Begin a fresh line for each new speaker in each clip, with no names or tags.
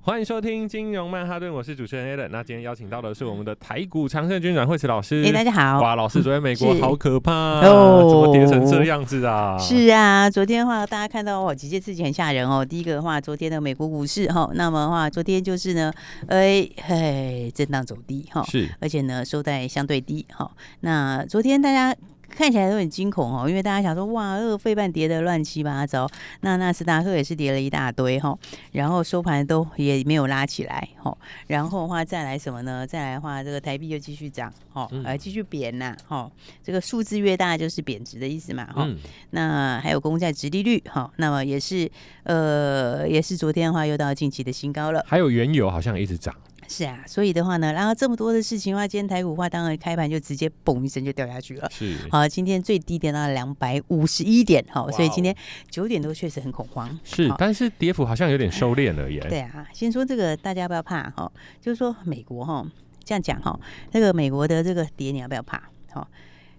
欢迎收听《金融曼哈顿》，我是主持
嗯
人 Alan。那今天邀请到的是我们的台股常胜军阮惠慈老师。
哎、大家好。
哇，老师，昨天美国
是
好可怕啊
哦
怎么跌成这样子啊？
是啊，昨天的话，大家看到哦，几件事情很吓人哦。第一个的话，昨天的美国股市哈、那么的话，昨天就是呢，哎嘿，震荡走低哈、
是，
而且呢，收在相对低哈、那昨天大家。看起来都很惊恐哦，因为大家想说，哇，那个费半跌得乱七八糟，那纳斯达克也是跌了一大堆哈、然后收盘都也没有拉起来哈、然后的话再来什么呢？再来的话，这个台币又继续涨哈、
嗯
呃，继续贬呐哈、这个数字越大就是贬值的意思嘛哈、
嗯，
那还有公债值利率，哈、那么也是呃，也是昨天的话又到近期的新高了。
还有原油好像也一直涨，
是啊，所以的话呢，然后这么多的事情的话，今天台股的话，当然开盘就直接嘣一声就掉下去了。
是
好，今天最低点到两百五十一点，好，所以
哇哦
今天九点多确实很恐慌。
是
好，
但是跌幅好像有点收敛了耶。
哦对啊，先说这个，大家不要怕哈、就是说美国哈、这样讲哈、那个美国的这个跌你要不要怕？哈、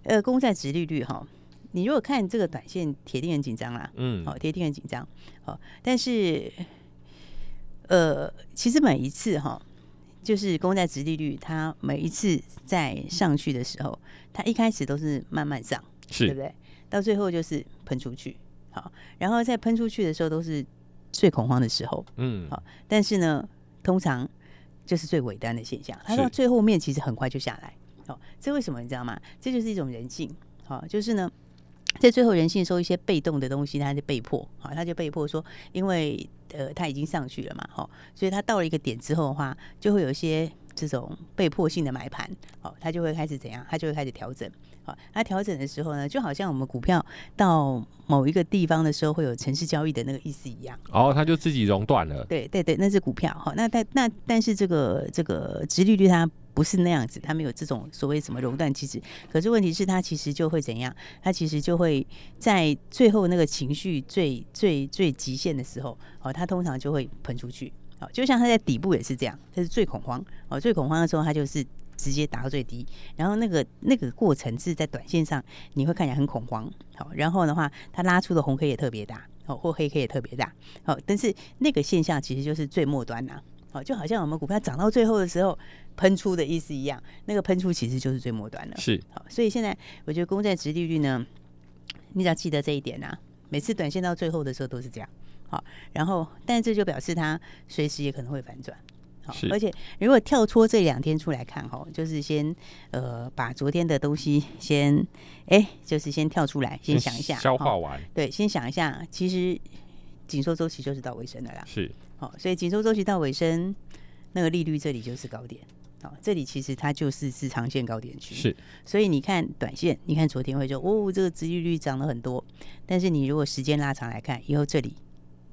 呃，公债值利率哈、你如果看这个短线，铁定很紧张啦。
嗯，
好、铁定很紧张。好、但是呃，其实每一次哈、就是公债值利率，它每一次在上去的时候，它一开始都是慢慢上，对
是，
不对？到最后就是喷出去，好、然后在喷出去的时候都是最恐慌的时候，
嗯，
好但是呢，通常就是最尾端的现象，它
是
到最后面其实很快就下来。哦，这为什么你知道吗？这就是一种人性。好、就是呢，在最后人性的时候，一些被动的东西，它就被迫，好、它就被迫说，因为呃，它已经上去了嘛，哈、所以它到了一个点之后的话，就会有一些这种被迫性的买盘，好、它就会开始怎样？它就会开始调整。好、它调整的时候呢，就好像我们股票到某一个地方的时候，会有城市交易的那个意思一样。
然哦后它就自己熔断了。
对对对，那是股票哈。那但那但是这个这个殖利率它不是那样子，它没有这种所谓什么熔断机制。可是问题是它其实就会怎样？它其实就会在最后那个情绪最最最极限的时候，哦，它通常就会喷出去。哦，就像它在底部也是这样，它是最恐慌哦，最恐慌的时候它就是。直接打到最低，然后那个那个过程是在短线上你会看起来很恐慌，好、然后的话，它拉出的红 K 也特别大，哦，或黑 K 也特别大，好、但是那个现象其实就是最末端呐、好、就好像我们股票涨到最后的时候喷出的意思一样，那个喷出其实就是最末端了。
是，
好，所以现在我觉得公债值利率呢，你只要记得这一点啊，每次短线到最后的时候都是这样。好，然后但这就表示它随时也可能会反转。好
是，
而且如果跳脱这两天出来看哈，就是先呃把昨天的东西先哎，就是先跳出来，先想一下，哦
消
好
化完
对，先想一下，其实紧缩周期就是到尾声了啦。
是，
好、所以紧缩周期到尾声，那个利率这里就是高点。好、这里其实它就是是长线高点区。
是，
所以你看短线，你看昨天会说哦，这个殖利率涨了很多，但是你如果时间拉长来看，以后这里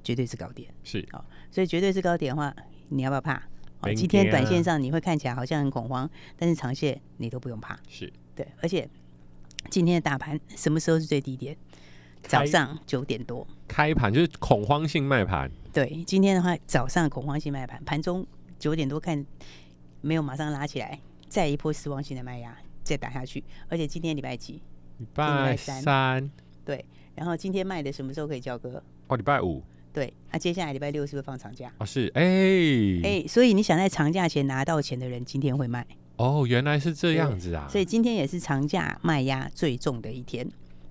绝对是高点，
是，
所以绝对是高点的话，你要不要怕？哦，
没
今天
怕
短线上你会看起来好像很恐慌，但是长线你都不用怕。
是，
对，而且今天的大盘什么时候是最低点？
开
早上九点多。
开盘就是恐慌性卖盘，
对，今天的话早上恐慌性卖盘，盘中九点多看没有马上拉起来，再一波失望性的卖压再打下去，而且今天礼拜几？
礼
拜
拜
三
三
然后今天卖的什么时候可以交割？
哦，礼拜五
对，那、接下来礼拜六是不是放长假？
哦，是，
哎、
哎，
所以你想在长假前拿到钱的人，今天会卖，
哦，原来是这样子啊，
所以今天也是长假卖压最重的一天。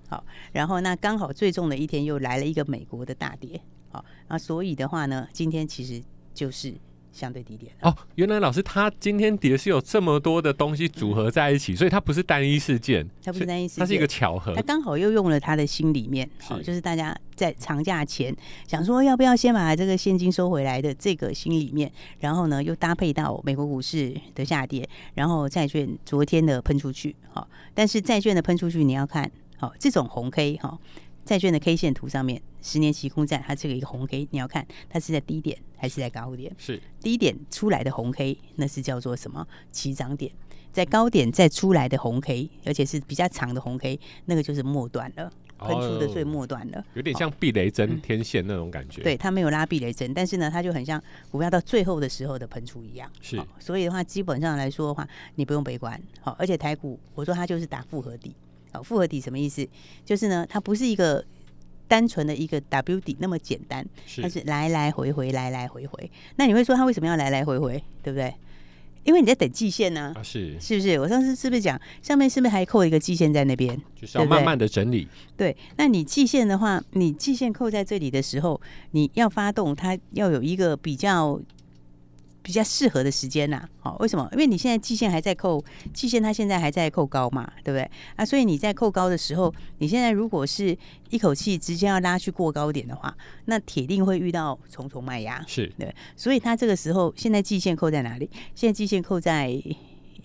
好，然后那刚好最重的一天又来了一个美国的大跌，好，那所以的话呢，今天其实就是相对低点。
哦，原来老师他今天跌是有这么多的东西组合在一起，所以它不是单一事件，
嗯它不是单一事件
它是一个巧合
他，刚好又用了他的心里面，
是
好、就是大家在长假前想说要不要先把这个现金收回来的这个心里面，然后呢又搭配到美国股市的下跌，然后债券昨天的喷出去，好、但是债券的喷出去你要看，好、这种红 K 哈、债券的 K 线图上面，十年期公债它这个一个红 K，你要看它是在低点还是在高点？
是
低点出来的红 K，那是叫做什么起涨点？在高点再出来的红 K，而且是比较长的红 K，那个就是末端了，喷出的最
哦
末端了。
有点像避雷针天线那种感觉。
对，，它没有拉避雷针，但是呢，它就很像股票到最后的时候的喷出一样。
是
好所以的话，基本上来说的话，你不用悲观。好、而且台股，我说它就是打复合底。好、复合底什么意思？就是呢，它不是一个单纯的一个 W 底那么简单，它
是
是来来回回，来来回回。那你会说它为什么要来来回回，对不对？因为你在等季线呢、
啊，是
是不是？我上次是不是讲上面是不是还扣一个季线在那边？
就是要
对不对
慢慢的整理，
对，那你季线的话，你季线扣在这里的时候，你要发动它要有一个比较比较适合的时间呐、好、为什么？因为你现在季线还在扣，季线它现在还在扣高嘛，对不对？啊，所以你在扣高的时候，你现在如果是一口气直接要拉去过高点的话，那铁定会遇到重重卖压。
是
所以它这个时候现在季线扣在哪里？现在季线扣在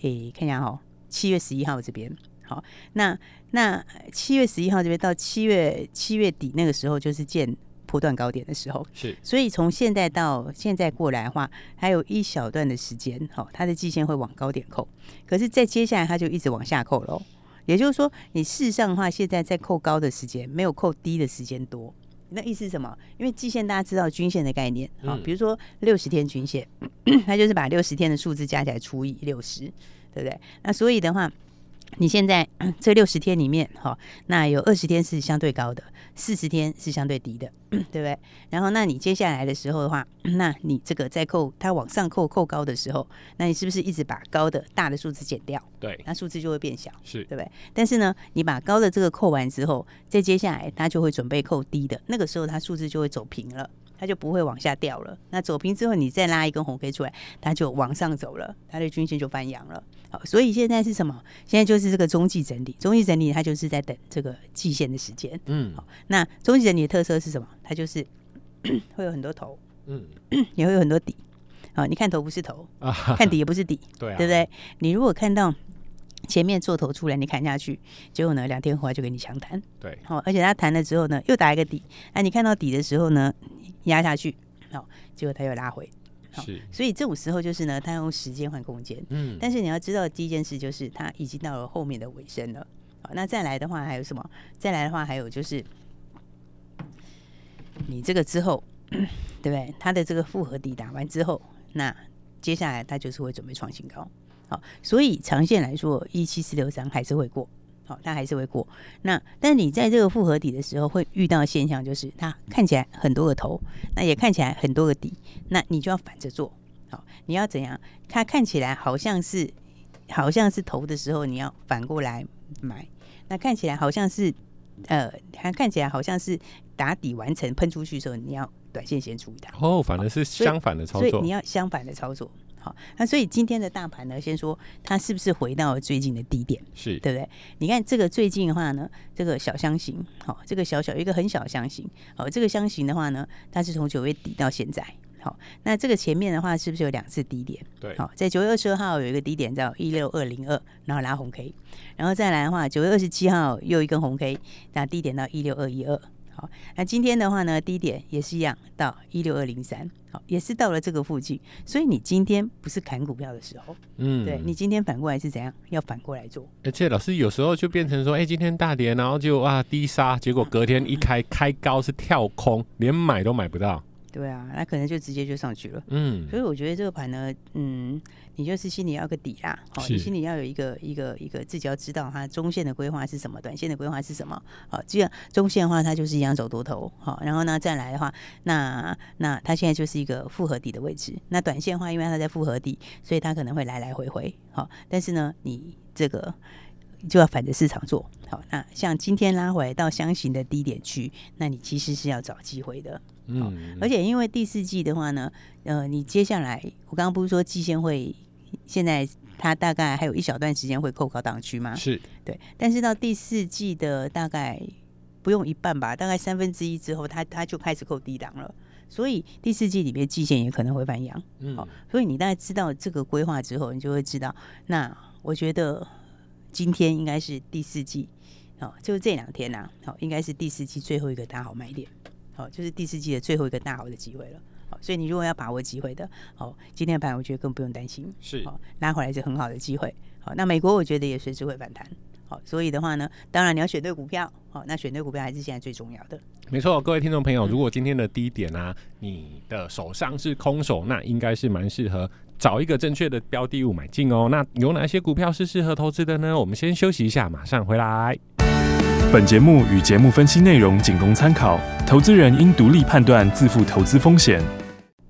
诶、看一下哈、七月十一号这边。好，那那七月十一号这边到七月七月底那个时候，就是见波段高点的时候。
是
所以从现在到现在过来的话，还有一小段的时间，好、它的季线会往高点扣，可是再接下来它就一直往下扣喽。也就是说，你事实上的话，现在在扣高的时间没有扣低的时间多。那意思是什么？因为季线大家知道均线的概念啊、
嗯
比如说六十天均线， 它就是把六十天的数字加起来除以六十，对不对？那所以的话，你现在 这六十天里面，哈、那有二十天是相对高的，四十天是相对低的， 对不对？然后，那你接下来的时候的话， 那你这个再扣它往上扣扣高的时候，那你是不是一直把高的大的数字减掉，
对
那数字就会变小？
是
嗯对不对？但是呢，你把高的这个扣完之后，再接下来它就会准备扣低的，那个时候它数字就会走平了。它就不会往下掉了。那走平之后，你再拉一根红 K 出来，它就往上走了，它的均线就翻阳了。好，所以现在是什么？现在就是这个中继整理，中继整理它就是在等这个季线的时间。
嗯
那中继整理的特色是什么？它就是 会有很多头，
嗯
也会有很多底。好，你看头不是头，
啊，
看底也不是底，
对啊，
对不？对？你如果看到前面做头出来，你砍下去，结果呢，两天后来就给你强弹，
对，
好、而且它弹了之后呢，又打一个底，那、你看到底的时候呢，压下去，好、结果它又拉回，好
是
所以这种时候就是呢，它用时间换空间。
嗯，
但是你要知道，第一件事就是它已经到了后面的尾声了。好，那再来的话还有什么？再来的话还有就是，你这个之后，对不对？它的这个复合底打完之后，那接下来它就是会准备创新高。好，所以长线来说，一七四六三还是会过。好，它还是会过。那但你在这个复合底的时候，会遇到现象，就是它看起来很多个头，那也看起来很多个底，那你就要反着做。好，你要怎样？它看起来好像是好像是投的时候，你要反过来买。那看起来好像是呃，它看起来好像是打底完成喷出去的时候，你要短线先出一趟。
哦，反而是
以
相反的操
所以
作
你，要相反的操作。好，那所以今天的大盘呢，先说它是不是回到最近的低点，
是
对不对？你看这个最近的话呢，这个小箱型，好、这个小小一个很小的箱型，好、这个箱型的话呢，它是从九月底到现在，好、那这个前面的话是不是有两次低点？
对
好、在九月二十二号有一个低点叫一六二零二，然后拉红 K，然后再来的话，九月二十七号又一根红 K，那低点到一六二一二。好，那今天的话呢，低点也是一样，到一六二零三，好，也是到了这个附近。所以你今天不是砍股票的时候，
嗯
对你今天反过来是怎样？要反过来做。
而且老师有时候就变成说，哎、今天大跌，然后就啊低杀，结果隔天一开开高是跳空，连买都买不到。
对啊，那可能就直接就上去了。
嗯，
所以我觉得这个盘呢，嗯，你就是心里要有个底啦，好、
是
你心里要有一个一个一个自己要知道它中线的规划是什么，短线的规划是什么。好、这样中线的话，它就是一样走多头，好、然后呢再来的话，那那它现在就是一个复合底的位置。那短线的话，因为它在复合底，所以它可能会来来回回，好、但是呢，你这个。就要反着市场做好。那像今天拉回来到箱型的低点区，那你其实是要找机会的。
嗯，
哦而
且
且因为第四季的话呢，呃，你接下来我刚刚不是说季线会现在它大概还有一小段时间会扣高档区吗？
是
对，但是到第四季的大概不用一半吧，大概三分之一之后，它它就开始扣低档了。所以第四季里面季线也可能会翻阳，
嗯
好、所以你大概知道这个规划之后，你就会知道。那我觉得今天应该是第四季，哦，就是这两天呐、好、应该是第四季最后一个大好买点，好、就是第四季的最后一个大好的机会了。好，所以你如果要把握机会的，哦，今天的盘我觉得更不用担心，
是
好、拉回来是很好的机会。好、那美国我觉得也随时会反弹。好、所以的话呢，当然你要选对股票，好、那选对股票还是现在最重要的。
没错，各位听众朋友，如果今天的低点啊，你的手上是空手，那应该是蛮适合找一个正确的标的物买进哦。那有哪些股票是适合投资的呢？我们先休息一下，马上回来。
本节目与节目分析内容仅供参考，投资人应独立判断，自负投资风险。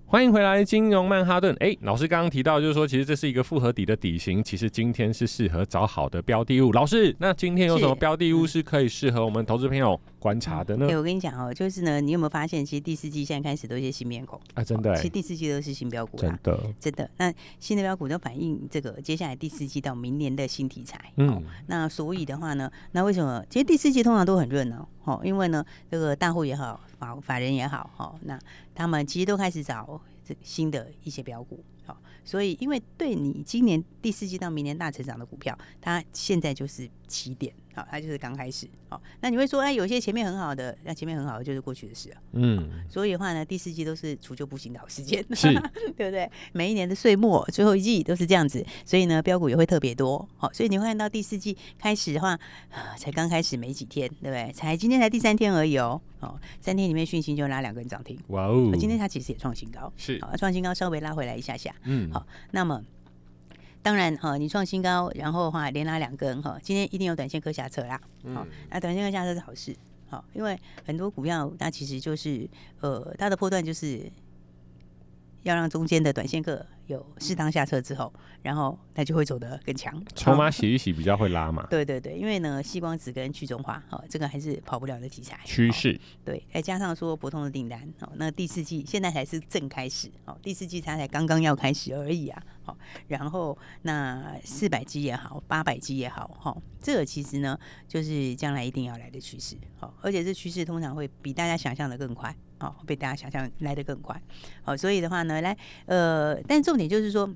欢迎回来，金融曼哈顿。哎，老师刚刚提到，就是说，其实这是一个复合底的底型，其实今天是适合找好的标的物。老师，那今天有什么
是
标的物是可以适合我们投资朋友观察的呢
哎、？我跟你讲哦，就是呢，你有没有发现，其实第四季现在开始都是一些新面孔，
啊，真的、
其实
欸，
第四季都是新标股
真
啦。
的，
真的，那新的标股都反映这个接下来第四季到明年的新题材。
嗯，
那所以的话呢，那为什么其实第四季通常都很热闹？哦，因为呢，这个大户也好，法法人也好，哦，那他们其实都开始找这个新的一些标股。哦，所以因为对你今年第四季到明年大成长的股票，它现在就是起点，好、它就是刚开始。好、那你会说，哎，有些前面很好的，那前面很好的就是过去的事了。
嗯，
所以的话呢，第四季都是除旧布新的好时间，
是
对不对？每一年的岁末最后一季都是这样子，所以呢，标股也会特别多。好、所以你会看到第四季开始的话， 啊才刚开始没几天，对不对？才今天才第三天而已哦，哦，三天里面讯息就拉两根涨停，
哇哦，
今天它其实也创新高，
是
好、创新高稍微拉回来一下下，
嗯，
好那么。当然哈、你创新高，然后的话连拉两根哈、今天一定有短线客下车啦。好、
嗯，
那短线客下车是好事，好、因为很多股票它其实就是呃，它的波段就是要让中间的短线客有适当下车之后，然后它就会走得更强。
筹码
好
洗一洗比较会拉嘛，
对对对，因为呢，细光子跟去中化，好、这个还是跑不了的题材
趋
好
势，
对，再加上说普通的订单哦，那第四季现在才是正开始哦，第四季它才刚刚要开始而已啊。好、然后那四百 G 也好，八百 G 也好，哈、这个其实呢就是将来一定要来的趋势。好、而且这趋势通常会比大家想象的更快，哦，比大家想象来的更快。好、所以的话呢，来呃，但重点就是说。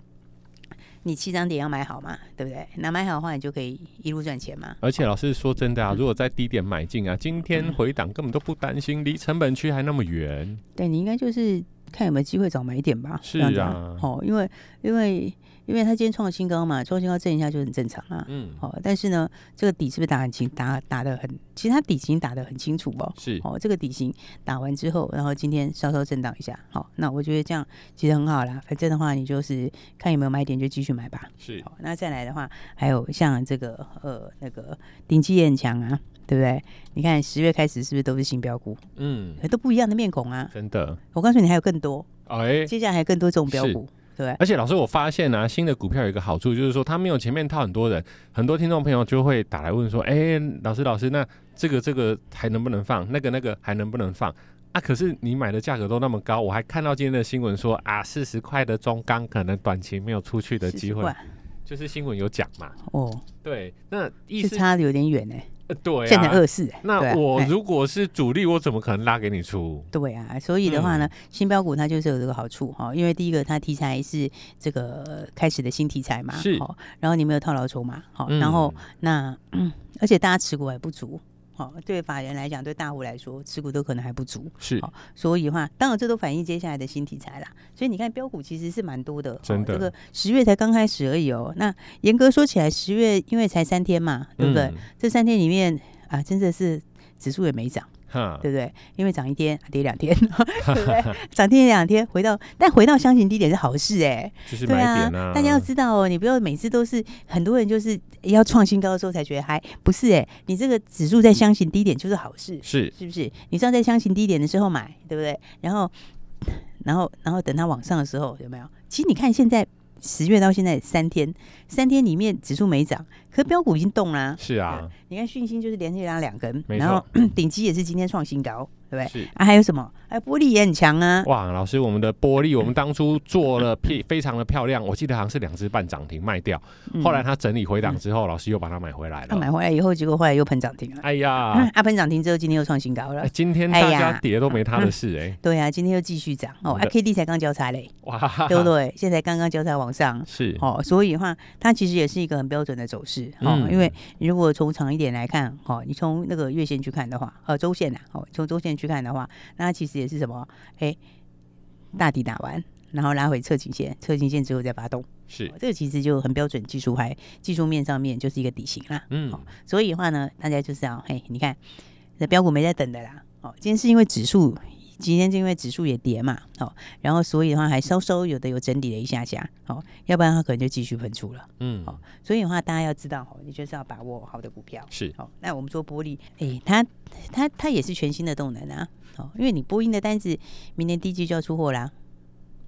你七张点要买好嘛，对不对？那买好的话，你就可以一路赚钱嘛。
而且老师说真的啊，
嗯
如果在低点买进啊，今天回档根本都不担心，离成本区还那么远。
对你应该就是看有没有机会找买点吧。
是
这样子
啊
哦，因为因为因为它今天创新高嘛，创新高震一下就很正常啊。
嗯，
哦，但是呢，这个底是不是打很清，打打的很，其实它底型打的很清楚哦。
是
哦，这个底型打完之后，然后今天稍稍震荡一下，好、那我觉得这样其实很好啦。反正的话，你就是看有没有买点就继续买吧。
是，
好，那再来的话，还有像这个呃那个顶级也很强啊，对不对？你看十月开始是不是都是新标股，
嗯，
都不一样的面孔啊？
真的，
我告诉你，还有更多，
哎。
接下来还有更多这种标股，对不对
而且老师，我发现啊，新的股票有一个好处，就是说它没有前面套很多人，很多听众朋友就会打来问说：“哎、老师，老师，那这个这个还能不能放？那个那个还能不能放？”啊，可是你买的价格都那么高，我还看到今天的新闻说啊，四十块的中钢可能短期没有出去的机
40
会，
块
就是新闻有讲嘛。
哦，
对，那意
是
思
差的有点远哎、
呃对啊，
现在二四哎，对
那
啊
我
哎
如果是主力，我怎么可能拉给你出？
对啊，所以的话呢，
嗯
新标股它就是有这个好处哈、因为第一个它题材是这个呃开始的新题材嘛，
是
哦，然后你没有套牢筹码，好、
嗯
哦然后那、 嗯而且大家持股还不足，好、对法人来讲，对大户来说，持股都可能还不足，
是
好所以的话，当然这都反映接下来的新题材啦。所以你看标股其实是蛮多的，哦
真的
这个十月才刚开始而已哦。那严格说起来，十月因为才三天嘛，对不对？
嗯
这三天里面啊，真的是指数也没涨，
哈，
对不对？因为涨一天啊跌两天， 对不对？涨跌两天，回到但回到箱型低点是好事哎、
就是
对
买
啊
点啊，
大家要知道哦，你不要每次都是很多人就是要创新高的时候才觉得嗨，不是哎、你这个指数在箱型低点就是好事，
是
是不是？你知道在箱型低点的时候买，对不对？然后，然后，然后等它往上的时候，有没有？其实你看现在十月到现在三天，三天里面指数没涨，可标股已经动啦、
是啊，
你看讯星就是连续拉两根，
没嗯
然后顶级也是今天创新高，对不对不对？
是。
啊，还有什么？哎，玻璃也很强啊，
哇，老师，我们的玻璃，我们当初做了漂非常的漂亮，我记得好像是两只半涨停卖掉，
嗯
后来他整理回档之后，老师又把它买回来
他买
了。
回来以后，结果后来又喷涨停了。
哎呀
嗯，啊，喷涨停之后，今天又创新高了
哎。今天
哎
大
呀
家跌都没他的事哎，
对啊，今天又继续涨哦，
好
啊
的
，K D 才刚交叉 嘞，
哇，
对不对？现在刚刚交叉往上，
是
哦，所以的话，它其实也是一个很标准的走势哦。
嗯
因为你如果从长一点来看，哦，你从那个月线去看的话，呃，周线呐、哦，从周线去看的话，那它其实也是什么？哎，大底打完，然后拉回测颈线，测颈线之后再发动，
是
哦，这个其实就很标准技术还技术面上面就是一个底型啦。
嗯
好所以的话呢，大家就是要嘿，你看，这标股没在等的啦。哦，今天是因为指数，今天是因为指数也跌嘛，哦，然后所以的话还稍稍有的有整理了一下下，哦，要不然它可能就继续喷出了。
嗯
好所以的话，大家要知道哦，你就是要把握好的股票。
是
好、那我们说玻璃，哎，它它它也是全新的动能啊，哦，因为你波音的单子明年第一季就要出货啦，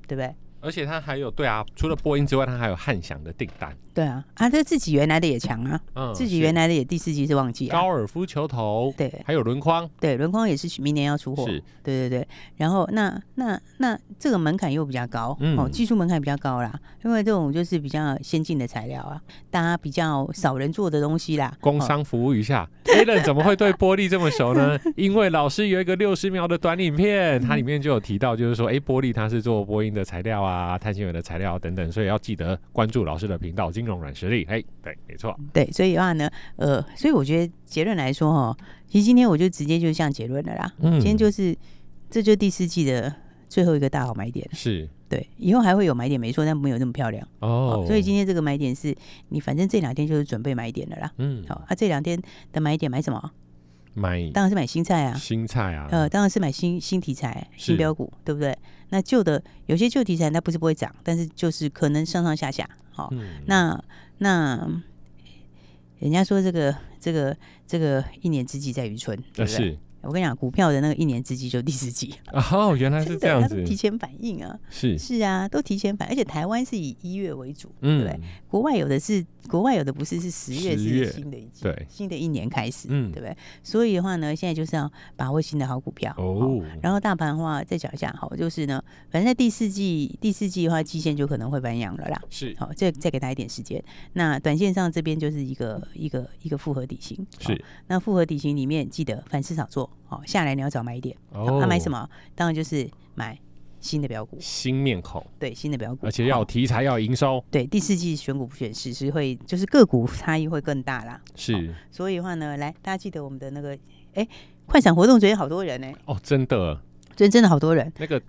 对不对？
而且它还有对啊，除了波音之外，它还有汉翔的订单，
对啊，啊，这自己原来的也强啊，
嗯，
自己
是
原来的也第四季是旺季啊
高，尔夫球头，
对
还有轮框，
对，轮框也是明年要出货，
是
对对对。然后那那那这个门槛又比较高，哦，
嗯
技术门槛比较高啦，因为这种就是比较先进的材料啊，大家比较少人做的东西啦，
工
哦
商服务一下。a l a n 怎么会 对玻璃这么熟 呢？因为老师有一个六十秒的短影片，它里面就有提到，就是说，哎、玻璃它是做波音的材料啊、碳纤维的材料等等，所以要记得关注老师的频道“金融软实力”。哎，对，没错，
对，所以的话呢，呃，所以我觉得结论来说哦，其实今天我就直接就像结论了啦，
嗯
今天就是这就是第四季的最后一个大好买点，
是
对，以后还会有买点没错，但没有那么漂亮。
哦
哦，所以今天这个买点是你反正这两天就是准备买点的啦。
嗯，
好、啊，这两天的买点买什么？
买
当然是买新菜啊，
新菜啊，
呃，当然是买新新题材、新
是
标股，对不对？那旧的有些旧题材它不是不会涨，但是就是可能上上下下。好、
嗯，
那那人家说这个这个这个一年之计在于春，
呃
对不对？
是
我跟你讲，股票的那个一年之计就第四季，
哦，原来是
真
这
的，
样
它
子
都，提前反应啊，
是
是啊，都提前反，而且台湾是以一月为主，对
嗯
不对，国外有的是，国外有的不是，是十月
10月
是新的一季，
对
新的一年开始，
嗯
对不对？所以的话呢，现在就是要把握新的好股票
哦
然后大盘的话，再讲一下，好，就是呢，反正在第四季，第四季的话，季线就可能会翻阳了啦。
是
好，再再给大家一点时间。那短线上这边就是一个一个一个复合底型，好
是
那复合底型里面记得反市场做，好，下来你要找买点，好，
哦，
那、买什？么？当然就是买新的标股，
新面孔，
对，新的标股，
而且要
好
有题材，要有营收，
对，第四季选股不选市是会，就是个股差异会更大啦。
是
所以的话呢，来大家记得我们的那个，哎、快闪活动昨天好多人呢、
哦，真的。
昨天真的好多人，
那 个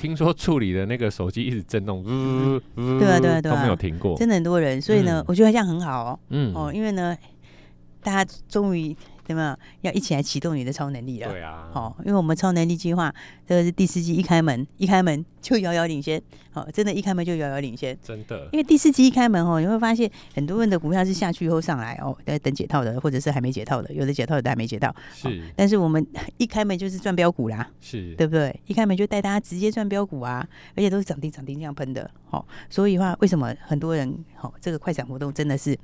听说处理的那个手机一直震动，呜呜，
对啊对啊对
都
啊
没有停过。
真的很多人。所以呢，
哦嗯
我觉得这样很好哦，
嗯，
哦，因为呢，大家终于怎么样，要一起来启动你的超能力了。
对啊，
哦，因为我们超能力计划，这个是第四季一开门，一开门 就遥遥领先，哦，真的，一开门就遥遥领先。
真的
因为第四季一开门哦，你会发现很多人的股票是下去以后上来哦，在等解套的，或者是还没解套的，有的解套，有的还没解套。
是
但是我们一开门就是赚标股啦，
是，
对不对？一开门就带大家直接赚标股啊，而且都是涨停涨停这样喷的。哦，所以的话，为什么很多人哦，这个快闪活动真的是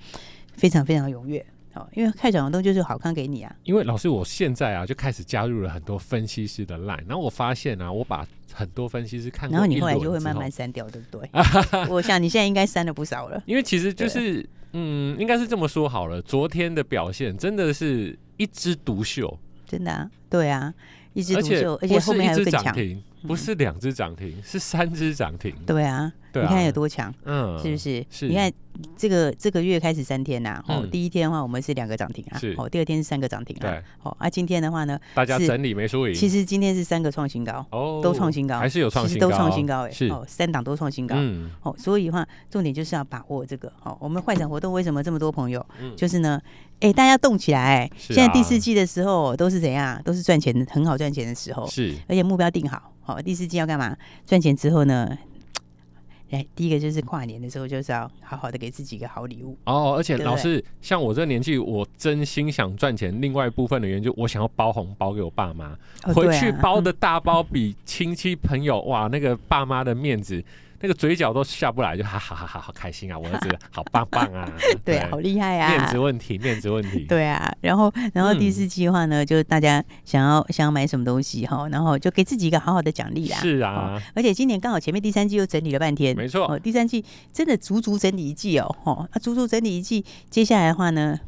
非常非常踊跃哦，因为快闪活动就是好康给你啊，
因为老师，我现在啊就开始加入了很多分析师的 line，然后我发现啊，我把很多分析师看过
然后你
一
后来
轮
就会
之
慢慢
后，
删掉，对不对？ 我想你现在应该删了不少了。
因为其实就
对
是嗯，应该是这么说好了，昨天的表现真的是一枝独秀，
真的啊，对啊，一枝
而
独
且
秀，而
不
且后
是
面
一
还有
只
更
涨
强，
停，不是两只涨停，是三只涨停，
对啊，
对
你看
啊
有多强，
嗯，
是不？是？
是
你看这个这个月开始三天呐、哦，
嗯
第一天的话我们是两个涨停啊
是，
哦，第二天是三个涨停啊
对，
哦，啊，今天的话呢，
大家
是
整理没输赢，
其实今天是三个创新高，
哦
都创新高，
还是有创
其
新
实
高，啊
都创新高哎、
是
哦，三档都创新高。
嗯，
哦，所以的话，重点就是要把握这个。哦，我们幻想活动为什么这么多朋友？
嗯
就是呢，哎、大家动起来、
是
现在第
啊
四季的时候都是怎样？都是赚钱的，很好赚钱的时候。
是
而且目标定好，好、第四季要干嘛？赚钱之后呢，来第一个就是跨年的时候，就是要好好的给自己一个好礼物。
哦，而且
对不
老
对
师，像我这年纪，我真心想赚钱。另外一部分的原因，就我想要包红包给我爸妈，
哦
回
对啊
去包
嗯
的大包比亲戚朋友哇，那个爸妈的面子那个嘴角都下不来，就哈哈哈哈，好开心啊，我儿子好棒棒啊，
对啊，好厉害啊！
面子问题，面子问题，
对啊，然后然后第
嗯
四计划呢，就是大家想要想要买什么东西哈，然后就给自己一个好好的奖励啦。
是啊，
而且今年刚好前面第三季又整理了半天，
没错
哦，第三季真的足足整理一季哦，哦，那足足整理一季，接下来的话呢，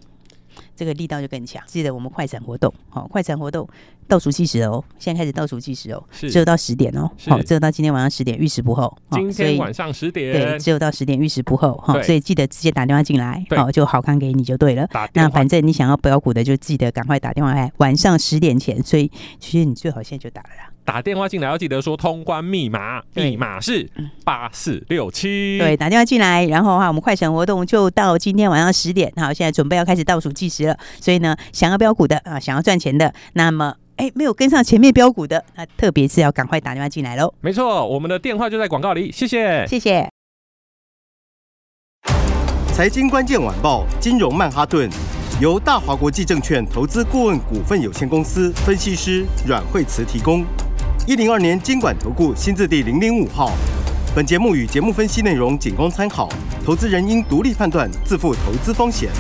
这个力道就更强。记得我们快闪活动，好、快闪活动倒数计时哦，现在开始倒数计时哦，
是
只有到十点哦，
是
好、只有到今天晚上十点，玉石不候，哦
今
所
天
以
晚上十
对，
点
只有到十点玉石不候哈、
对
所以记得直接打电话进来，
对
好、就好看给你就对了。
打电
那
话
反正你想要标股的，就记得赶快打电话来，晚上十点前。所以其实你最好现在就打了啦。
打电话进来要记得说通关密码，
对嗯
密码是八四六七，
对，，打电话进来，然后哈、我们快闪活动就到今天晚上十点。好，现在准备要开始倒数计时了，所以呢，想要标股的啊，想要赚钱的，那么哎，没有跟上前面标股的，那特别是要赶快打电话进来喽。
没错，我们的电话就在广告里，谢谢。
谢谢。
财经关键晚报，金融曼哈顿，由大华国际证券投资顾问股份有限公司分析师阮惠慈提供。一零二年经管投顾新字第零零五号。本节目与节目分析内容仅供参考，投资人应独立判断，自负投资风险。